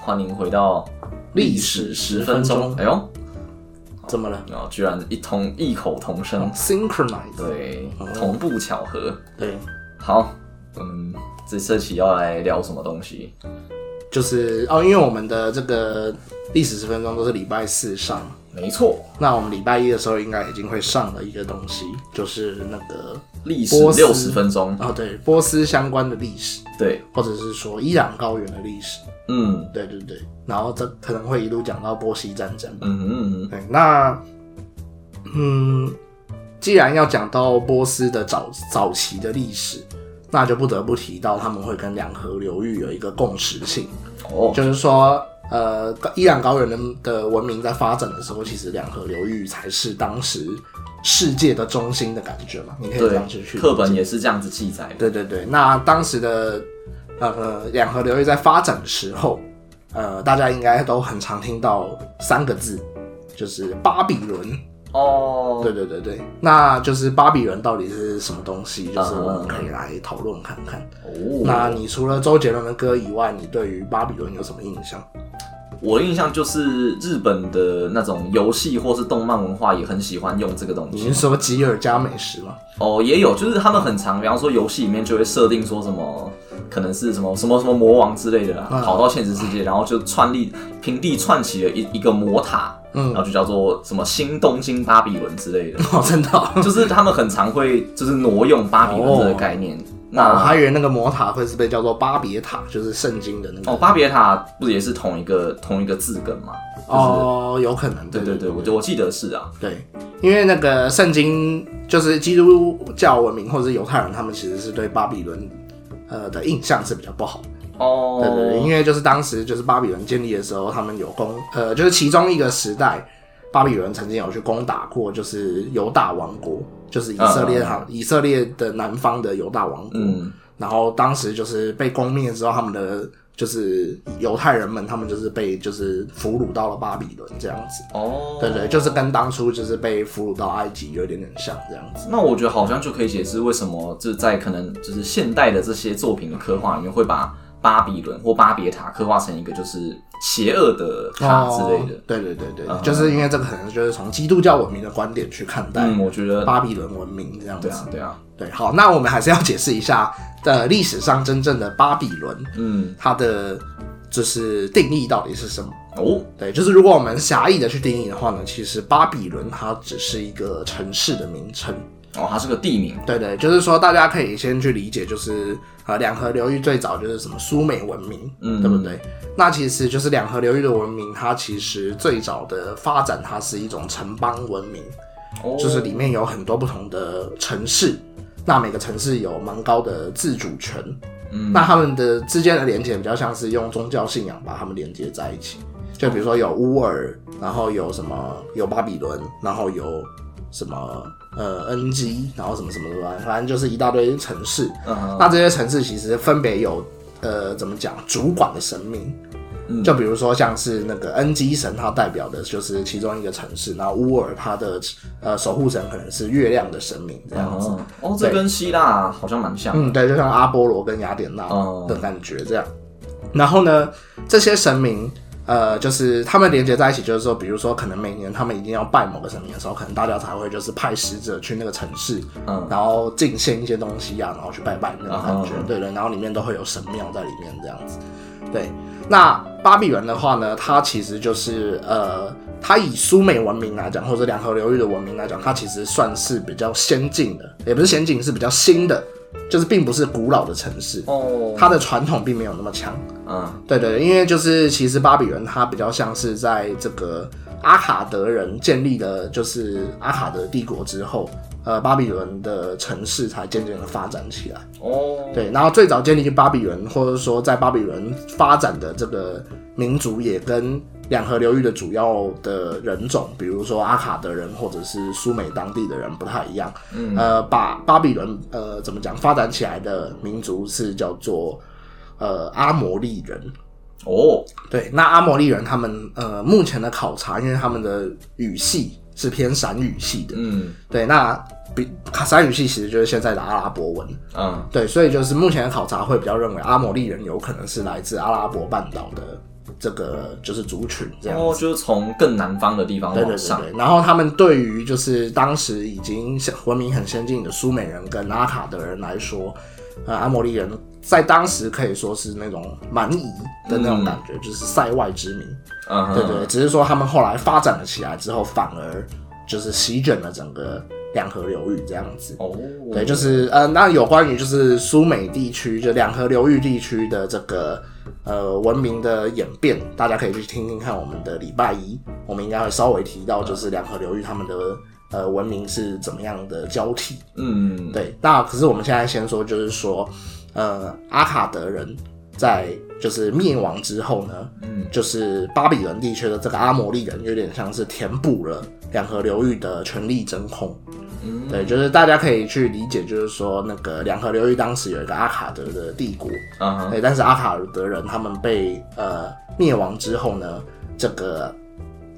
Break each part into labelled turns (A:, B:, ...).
A: 欢迎回到历史十分钟。哎呦，
B: 怎么了
A: 然后居然一同异口同声，
B: ？Synchronize，
A: 对
B: 哦，
A: 同步巧合。
B: 对，
A: 好，嗯，这这期要来聊什么东西？
B: 就是哦，因为我们的这个历史十分钟都是礼拜四上，
A: 没错，
B: 那我们礼拜一的时候应该已经会上了一个东西，就是那个
A: 历史
B: 波斯
A: 六十分钟。
B: 哦，对，波斯相关的历史，
A: 对，
B: 或者是说伊朗高原的历史，
A: 嗯
B: 对对对，然后这可能会一路讲到波西战争吧。
A: 嗯哼嗯哼，
B: 对，那嗯，既然要讲到波斯的早早期的历史，那就不得不提到他们会跟两河流域有一个共识性，
A: 哦，
B: 就是说，呃，伊朗高原的的文明在发展的时候，其实两河流域才是当时世界的中心的感觉嘛，你可以这样子去
A: 对，课本
B: 理解
A: 也是这样子记载的。
B: 对对对，那当时的呃两河流域在发展的时候，呃，大家应该都很常听到三个字，就是巴比伦。
A: 哦，
B: 对对对对，那就是巴比伦到底是什么东西？就是
A: 嗯
B: 我们可以来讨论看看。
A: 哦，
B: 那你除了周杰伦的歌以外，你对于巴比伦有什么印象？
A: 我的印象就是日本的那种游戏或是动漫文化也很喜欢用这个东
B: 你
A: 西
B: 是。说吉尔加美食 吗？
A: 哦，也有，就是他们很常，比方说游戏里面就会设定说什么，可能是什么什么什么魔王之类的啦，
B: 嗯
A: 跑到现实世界，然后就串立平地串起了一一个魔塔，
B: 嗯
A: 然后就叫做什么新东京巴比伦之类的，
B: 哦，真的 哦、
A: 就是他们很常会就是挪用巴比伦这个概
B: 哦
A: 念。
B: 我
A: 那
B: 啊还以为那个魔塔会是被叫做巴别塔，就是圣经的那个。
A: 哦，巴别塔不也是同一个同一个字根吗？就是、
B: 哦，有可能。
A: 对对对，我我记得是啊，
B: 对，因为那个圣经就是基督教文明或者是犹太人，他们其实是对巴比伦呃的印象是比较不好的。
A: 哦，
B: 对对对，因为就是当时就是巴比伦建立的时候，他们有攻呃，就是其中一个时代，巴比伦曾经有去攻打过，就是犹大王国，就是以色列哈、以色列的南方的犹大王国。
A: 嗯，
B: 然后当时就是被攻灭之后，他们的就是犹太人们，他们就是被就是俘虏到了巴比伦这样子。
A: 哦，
B: 对对，就是跟当初就是被俘虏到埃及有一点点像这样子。
A: 那我觉得好像就可以解释为什么就是在可能就是现代的这些作品的刻画里面会把巴比伦或巴别塔刻画成一个就是邪恶的塔之类的。
B: 哦对对对对，
A: 嗯
B: 就是因为这个可能就是从基督教文明的观点去看待
A: 嗯，我觉得
B: 巴比伦文明这样子。
A: 对啊，对啊，
B: 对好，那我们还是要解释一下，呃，历史上真正的巴比伦，
A: 嗯，
B: 它的就是定义到底是什么？
A: 哦，
B: 对，就是如果我们狭义的去定义的话呢，其实巴比伦它只是一个城市的名称。
A: 哦，它是个地名，
B: 对对，就是说大家可以先去理解，就是呃两河流域最早就是什么苏美文明，
A: 嗯
B: 对不对？那其实就是两河流域的文明，它其实最早的发展，它是一种城邦文明，
A: 哦，
B: 就是里面有很多不同的城市，那每个城市有蛮高的自主权，
A: 嗯
B: 那他们的之间的连接比较像是用宗教信仰把他们连接在一起，就比如说有乌尔，然后有什么有巴比伦，然后有什么呃 NG，然后什么什么什么，反正就是一大堆城市。
A: 嗯
B: 那这些城市其实分别有呃怎么讲主管的神明，
A: 嗯
B: 就比如说像是那个恩基神，它代表的就是其中一个城市，然后乌尔它的呃守护神可能是月亮的神明这样子。
A: 哦，哦，这跟希腊好像蛮像的。
B: 嗯，对，就像阿波罗跟雅典娜
A: 哦
B: 的感觉这样。然后呢，这些神明，呃，就是他们连接在一起，就是说，比如说，可能每年他们一定要拜某个神明的时候，可能大家才会就是派使者去那个城市，
A: 嗯
B: 然后进献一些东西呀、然后去拜拜那种感觉，
A: 嗯
B: 对对。然后里面都会有神庙在里面这样子，对。那巴比伦的话呢，它其实就是呃，它以苏美文明来讲，或者两河流域的文明来讲，它其实算是比较先进的，也不是先进，是比较新的，就是并不是古老的城市，
A: 哦，
B: 嗯它的传统并没有那么强。
A: 嗯，
B: 对对，对因为就是其实巴比伦它比较像是在这个阿卡德人建立的，就是阿卡德帝国之后，呃，巴比伦的城市才渐渐的发展起来。
A: 哦，
B: 对，然后最早建立巴比伦，或者说在巴比伦发展的这个民族，也跟两河流域的主要的人种，比如说阿卡德人或者是苏美当地的人不太一样。嗯，呃，把巴比伦呃怎么讲发展起来的民族是叫做呃阿摩利人。
A: 哦，
B: 对，那阿摩利人他们呃目前的考察，因为他们的语系是偏闪语系的，
A: 嗯
B: 对，那比卡闪语系其实就是现在的阿拉伯文，
A: 嗯，
B: 对，所以就是目前的考察会比较认为阿摩利人有可能是来自阿拉伯半岛的这个就是族群这
A: 然
B: 样
A: 后
B: 子。
A: 就是从更南方的地方
B: 对
A: 往
B: 对对
A: 哦上，
B: 对，然后他们对于就是当时已经文明很先进的苏美人跟阿卡德人来说，呃，阿摩利人在当时可以说是那种蛮夷的那种感觉，就是塞外之民。
A: 嗯哼，
B: 对对，只是说他们后来发展了起来之后，反而就是席卷了整个两河流域这样子。
A: 哦，
B: 对，就是呃，那有关于就是苏美地区，就两河流域地区的这个呃文明的演变，大家可以去听听看我们的礼拜一，我们应该会稍微提到就是两河流域他们的呃文明是怎么样的交替。
A: 嗯，
B: 对，那可是我们现在先说，就是说呃阿卡德人在就是灭亡之后呢，
A: 嗯，
B: 就是巴比伦地区的这个阿摩利人，有点像是填补了两河流域的权力真空。
A: 嗯
B: 对，就是大家可以去理解，就是说那个两河流域当时有一个阿卡德的帝国，
A: 嗯哼，
B: 对，但是阿卡德人他们被呃灭亡之后呢，这个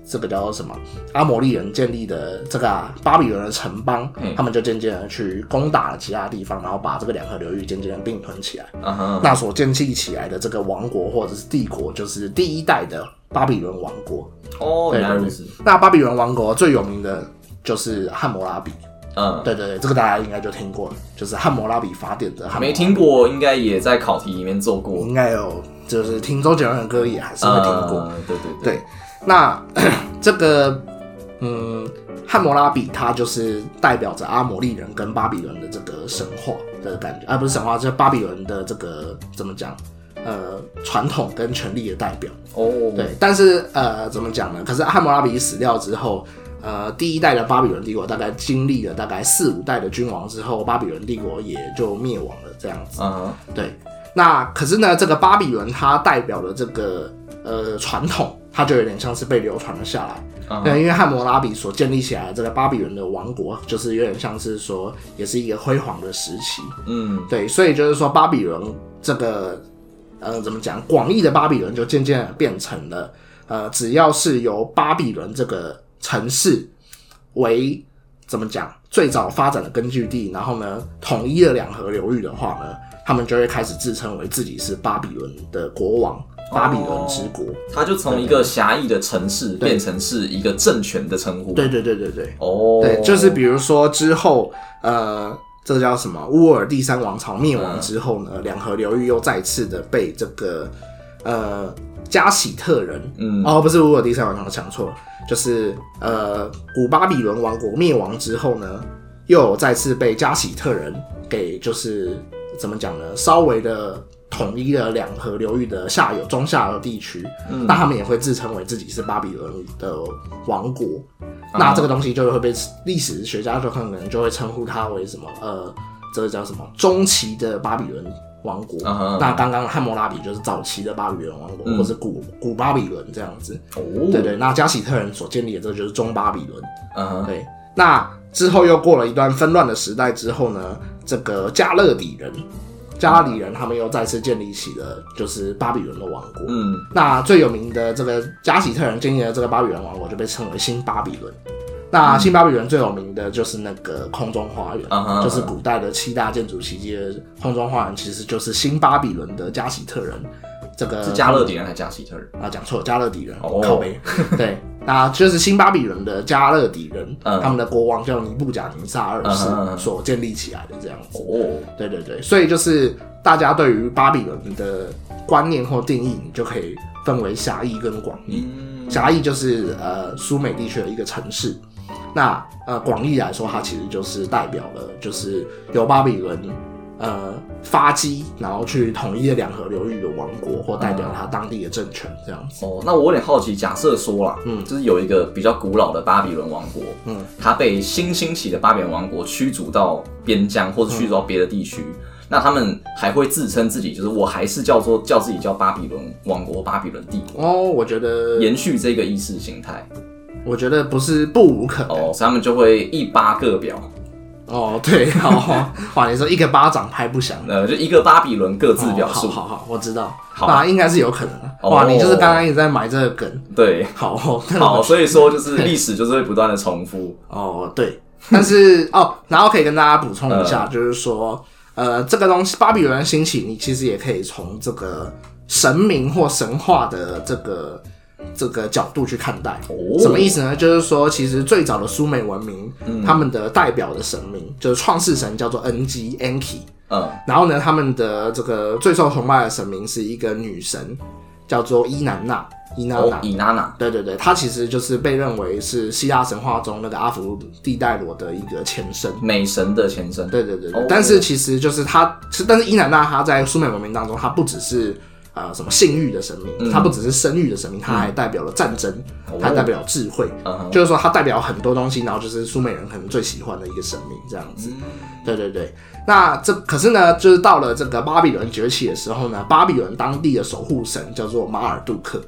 B: 这个叫做什么？阿摩利人建立的这个、啊、巴比伦的城邦
A: 嗯，
B: 他们就渐渐的去攻打了其他地方，然后把这个两河流域渐渐的并吞起来。
A: 嗯哼，
B: 那所建立起来的这个王国或者是帝国，就是第一代的巴比伦王国。
A: 哦，
B: 对
A: 原来
B: 对
A: 如
B: 对
A: 此，。
B: 那巴比伦王国最有名的就是汉谟拉比。
A: 嗯，
B: 对对对，这个大家应该就听过了，就是汉谟拉比法典的汉谟
A: 没
B: 拉比。
A: 听过，应该也在考题里面做过，
B: 应该有，就是听周杰伦的歌也嗯还是会听过。
A: 呃对对
B: 对，那 这个嗯，汉谟拉比它就是代表着阿摩利人跟巴比伦的这个神话的感觉，而、啊不是神话，就是巴比伦的这个怎么讲？呃，传统跟权力的代表。
A: 哦，
B: 对，但是呃，怎么讲呢？可是汉谟拉比死掉之后，呃，第一代的巴比伦帝国大概经历了大概四五代的君王之后，巴比伦帝国也就灭亡了，这样子。
A: 嗯哼，
B: 对，那可是呢，这个巴比伦它代表的这个呃传统，它就有点像是被流传了下来。
A: 嗯哼，
B: 对，因为汉谟拉比所建立起来的这个巴比伦的王国，就是有点像是说，也是一个辉煌的时期。
A: 嗯，
B: 对，所以就是说，巴比伦这个呃怎么讲，广义的巴比伦就渐渐地变成了呃，只要是由巴比伦这个城市为怎么讲最早发展的根据地，然后呢，统一了两河流域的话呢，他们就会开始自称为自己是巴比伦的国王，巴比伦之国。
A: 他就从一个狭义的城市变成是一个政权的称呼，
B: 对对对对对，
A: 哦，
B: 对，就是比如说之后，呃，这个叫什么？乌尔第三王朝灭亡之后呢，两河流域又再次的被这个呃加喜特人，
A: 嗯
B: 哦，不是乌尔第三王朝，讲错了，就是呃古巴比伦王国灭亡之后呢，又有再次被加喜特人给就是怎么讲呢？稍微的。统一了两河流域的下游、中下游地区，
A: 嗯
B: 那他们也会自称为自己是巴比伦的王国。
A: 啊
B: 那这个东西就会被历史学家就可能就会称呼它为什么呃，这个叫什么中期的巴比伦王国。
A: 嗯哼
B: 那刚刚汉谟拉比就是早期的巴比伦王国，
A: 嗯
B: 或者古古巴比伦这样子。
A: 哦，
B: 对，对，那加喜特人所建立的这个就是中巴比伦。
A: 嗯哼，
B: 对，那之后又过了一段纷乱的时代之后呢，这个加勒底人，加勒底人他们又再次建立起了就是巴比伦的王国。
A: 嗯，
B: 那最有名的这个加喜特人经营的这个巴比伦王国就被称为新巴比伦。那新巴比伦最有名的就是那个空中花园，
A: 嗯哼
B: 就是古代的七大建筑奇迹的空中花园，其实就是新巴比伦的加喜特人这个
A: 是加勒底人还是加西特人？
B: 啊，讲错了，加勒底人，
A: 哦
B: 靠背，对，那就是新巴比伦的加勒底人，
A: 嗯
B: 他们的国王叫尼布甲尼撒二世
A: 嗯嗯嗯
B: 所建立起来的这样子。
A: 哦，
B: 对对对，所以就是大家对于巴比伦的观念或定义，你就可以分为狭义跟广义。
A: 嗯，
B: 狭义就是呃苏美地区的一个城市，那呃广义来说，它其实就是代表了就是由巴比伦呃发迹，然后去统一了两河流域的王国，或代表它当地的政权这样子。
A: 哦，那我有点好奇，假设说啦，
B: 嗯
A: 就是有一个比较古老的巴比伦王国，
B: 嗯，
A: 它被新兴起的巴比伦王国驱逐到边疆或者驱逐到别的地
B: 嗯
A: 区，那他们还会自称自己，就是我还是叫做叫自己叫巴比伦王国、巴比伦帝国，
B: 哦，我觉得，
A: 延续这个意识形态。
B: 我觉得不是不无可能。
A: 哦，所以他们就会一巴各表，
B: 哦，对，哦，哇，你说一个巴掌拍不响，
A: 呃，就一个巴比伦各自表述。
B: 哦好好好，我知道，
A: 好
B: 啊，应该是有可能的。
A: 哦
B: 哇，你就是刚刚一直在埋这个梗，
A: 对，
B: 好，哦 那
A: 好，所以说就是历史就是会不断的重 复。
B: 哦，对，但是哦，然后可以跟大家补充
A: 嗯
B: 一下，就是说，呃，这个东西巴比伦的兴起，你其实也可以从这个神明或神话的这个这个角度去看待。
A: 哦
B: 什么意思呢？就是说，其实最早的苏美文明，
A: 嗯
B: 他们的代表的神明就是创世神，叫做恩基 Enki。
A: 嗯，
B: 然后呢，他们的这个最受崇拜的神明是一个女神，叫做伊南娜。伊南娜
A: 哦，，伊娜娜，
B: 对对对，她其实就是被认为是希腊神话中那个阿芙蒂戴罗的一个前身。
A: 美神的前身，
B: 对对对对，
A: 哦
B: 但是其实就是她，是但是伊南娜她在苏美文明当中，她不只是呃什么性欲的神明，
A: 嗯
B: 她不只是生育的神明，她还代表了战争，她还代表了智慧，
A: 哦嗯哼
B: 就是说她代表很多东西，然后就是苏美人可能最喜欢的一个神明这样子。
A: 嗯
B: 对对对，那这可是呢，就是到了这个巴比伦崛起的时候呢，巴比伦当地的守护神叫做马尔杜克。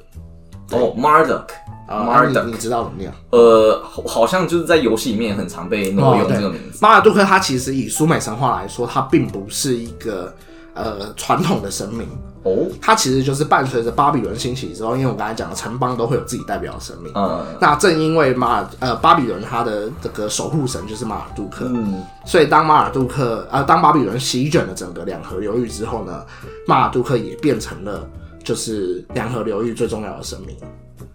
A: 哦，Marduk。
B: 啊，你
A: Marduk，
B: 你知道怎么样？
A: 呃，好好像就是在游戏里面很常被挪哦用这个名字。
B: 哦马尔杜克他其实以苏美神话来说，他并不是一个呃传统的神明，
A: 哦，
B: 它其实就是伴随着巴比伦兴起之后，因为我刚才讲的城邦都会有自己代表的神明。
A: 嗯
B: 那正因为马尔呃巴比伦它的这个守护神就是马尔杜克，
A: 嗯，
B: 所以当马尔杜克呃当巴比伦席卷了整个两河流域之后呢，马尔杜克也变成了就是两河流域最重要的神明。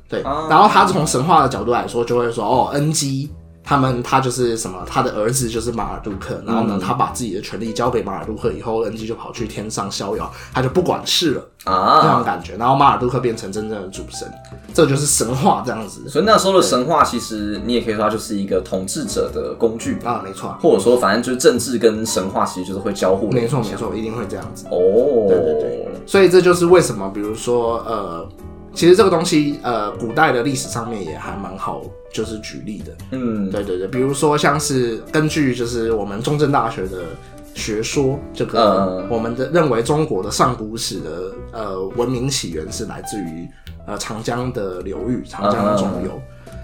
B: 对，
A: 啊
B: 然后他从神话的角度来说，就会说哦，恩基他们他就是什么，他的儿子就是马尔杜克，然后
A: 嗯
B: 呢，他把自己的权力交给马尔杜克以后，恩基就跑去天上逍遥，他就不管事了。那
A: 啊，
B: 种感觉，然后马尔杜克变成真正的主神，这就是神话这样子
A: 所以那时候的神话，其实你也可以说它就是一个统治者的工具吧，
B: 啊，没错，
A: 或者说反正就是政治跟神话其实就是会交互的
B: 没
A: 影
B: 错
A: 响。
B: 没错，一定会这样子。
A: 哦，
B: 对对对，所以这就是为什么，比如说呃，其实这个东西呃，古代的历史上面也还蛮好，就是举例的。
A: 嗯，
B: 对对对，比如说像是根据就是我们中正大学的学说，这个
A: 嗯
B: 我们的认为中国的上古史的呃文明起源是来自于呃长江的流域，长江的中游。
A: 嗯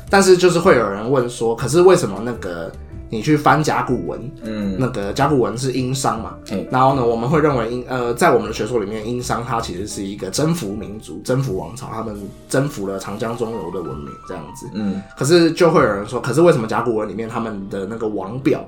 B: 但是就是会有人问说，可是为什么那个你去翻甲骨文，
A: 嗯，哎
B: 那个甲骨文是殷商嘛
A: 嘿？
B: 然后呢，我们会认为殷呃，在我们的学说里面，殷商它其实是一个征服民族、征服王朝，他们征服了长江中游的文明这样子。
A: 嗯，
B: 可是就会有人说，可是为什么甲骨文里面他们的那个王表，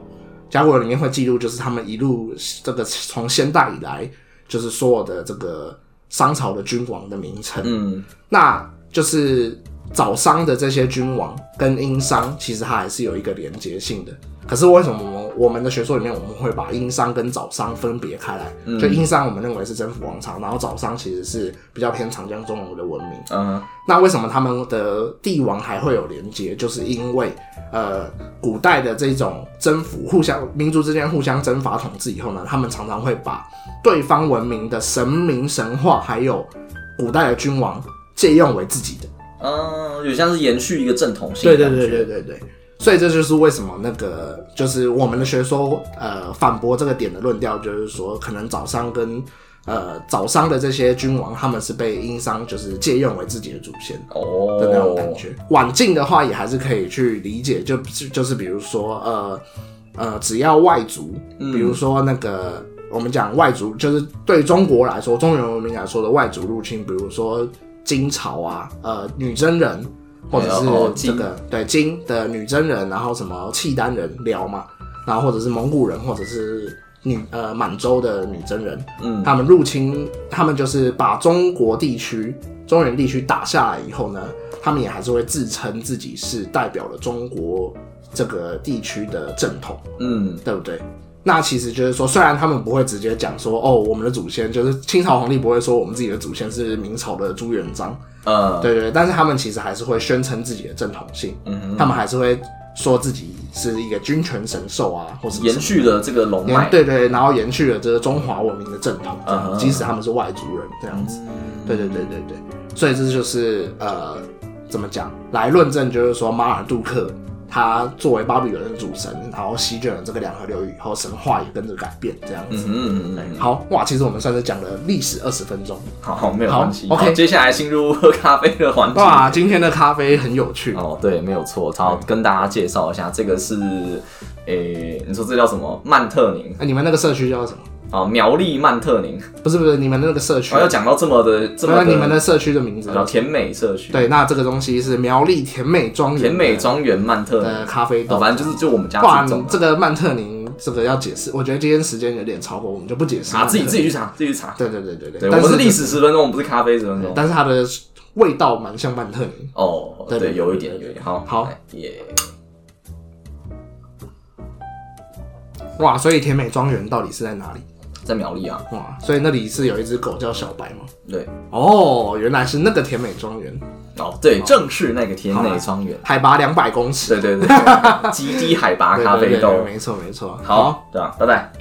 B: 甲骨文里面会记录就是他们一路这个从先代以来，就是所有的这个商朝的君王的名称，
A: 嗯，
B: 那就是早商的这些君王跟殷商，其实它还是有一个连结性的。可是为什么我们我们的学说里面我们会把殷商跟早商分别开来？就殷商我们认为是征服王朝，然后早商其实是比较偏长江中游的文明。
A: 嗯，
B: 那为什么他们的帝王还会有连接？就是因为呃，古代的这种征服，互相民族之间互相征伐统治以后呢，他们常常会把对方文明的神明神话，还有古代的君王借用为自己的。
A: 嗯，有像是延续一个正统性
B: 对
A: 的
B: 对
A: 感觉。
B: 对对对对。所以这就是为什么那个就是我们的学说，呃，反驳这个点的论调，就是说可能早商跟呃早商的这些君王，他们是被殷商就是借用为自己的祖先。
A: 哦，
B: 的那种感觉。晚近的话也还是可以去理解，就就是比如说呃呃，只要外族，比如说那个、我们讲外族，就是对中国来说，中原文明来说的外族入侵，比如说金朝啊，呃，女真人。或者
A: 哦
B: 是这
A: 金
B: 个、对金的女真人，然后什么契丹人辽嘛，然后或者是蒙古人，或者是女呃满洲的女真人，
A: 嗯
B: 他们入侵，他们就是把中国地区、中原地区打下来以后呢，他们也还是会自称自己是代表了中国这个地区的正统，
A: 嗯，
B: 对不对？那其实就是说，虽然他们不会直接讲说哦，我们的祖先就是清朝皇帝不会说我们自己的祖先是明朝的朱元璋，
A: 呃，
B: 对对对，但是他们其实还是会宣称自己的正统性，
A: 嗯
B: 他们还是会说自己是一个君权神授啊，或是
A: 延续了这个龙脉。
B: 嗯对对，然后延续了这个中华文明的正统，这样
A: 嗯
B: 即使他们是外族人这样子，对对对对对，所以这就是呃，怎么讲来论证，就是说马尔杜克他作为巴比伦的主神，然后席卷了这个两河流域以后，神话也跟着改变这样子。
A: 嗯嗯
B: 对
A: 嗯，
B: 好哇，其实我们算是讲了历史二十分钟
A: 好，没有
B: 好
A: 关系。
B: OK
A: 好接下来进入喝咖啡的环节。
B: 哇，今天的咖啡很有趣，
A: 哦，对，没有错。好，
B: 嗯
A: 跟大家介绍一下，这个是，诶、你说这叫什么？曼特宁
B: 哎，你们那个社区叫什么？
A: 啊，苗栗曼特 宁。哦
B: 不是不是，你们那个社区
A: 我、，要讲到这么的，这
B: 没
A: 么
B: 有
A: 的，哦
B: 你们的社区的名字
A: 叫甜美社区，
B: 对，那这个东西是苗栗甜美庄园
A: 甜美庄园曼特宁。
B: 的咖啡豆
A: 哦，。反正就是就我们家
B: 哇
A: 这种，的。
B: 这个曼特宁这个要解释，我觉得今天时间有点超过，我们就不解释
A: 查
B: 了。
A: 啊自己自己去查，自己去查。
B: 对对对对对，
A: 对，我
B: 但
A: 们是
B: 是
A: 历史十分钟，我们不是咖啡十分钟。
B: 但是它的味道蛮像曼特宁。
A: 哦，
B: 对
A: 对，
B: 对
A: 有一
B: 对
A: 点，
B: 对
A: 有一点。好，哎
B: 好
A: 来，耶。
B: 哇，所以甜美庄园到底是在哪里？
A: 在苗栗啊，
B: 哇，所以那里是有一只狗叫小白吗？
A: 对，
B: 哦，原来是那个甜美庄园，
A: 哦，对，正是那个田
B: 好
A: 内
B: 啦
A: 庄园。
B: 海拔两百公尺。
A: 对对对，极低海拔
B: 对
A: 咖
B: 对
A: 啡
B: 对
A: 豆
B: 对。没错没错。
A: 好，对啊，拜拜。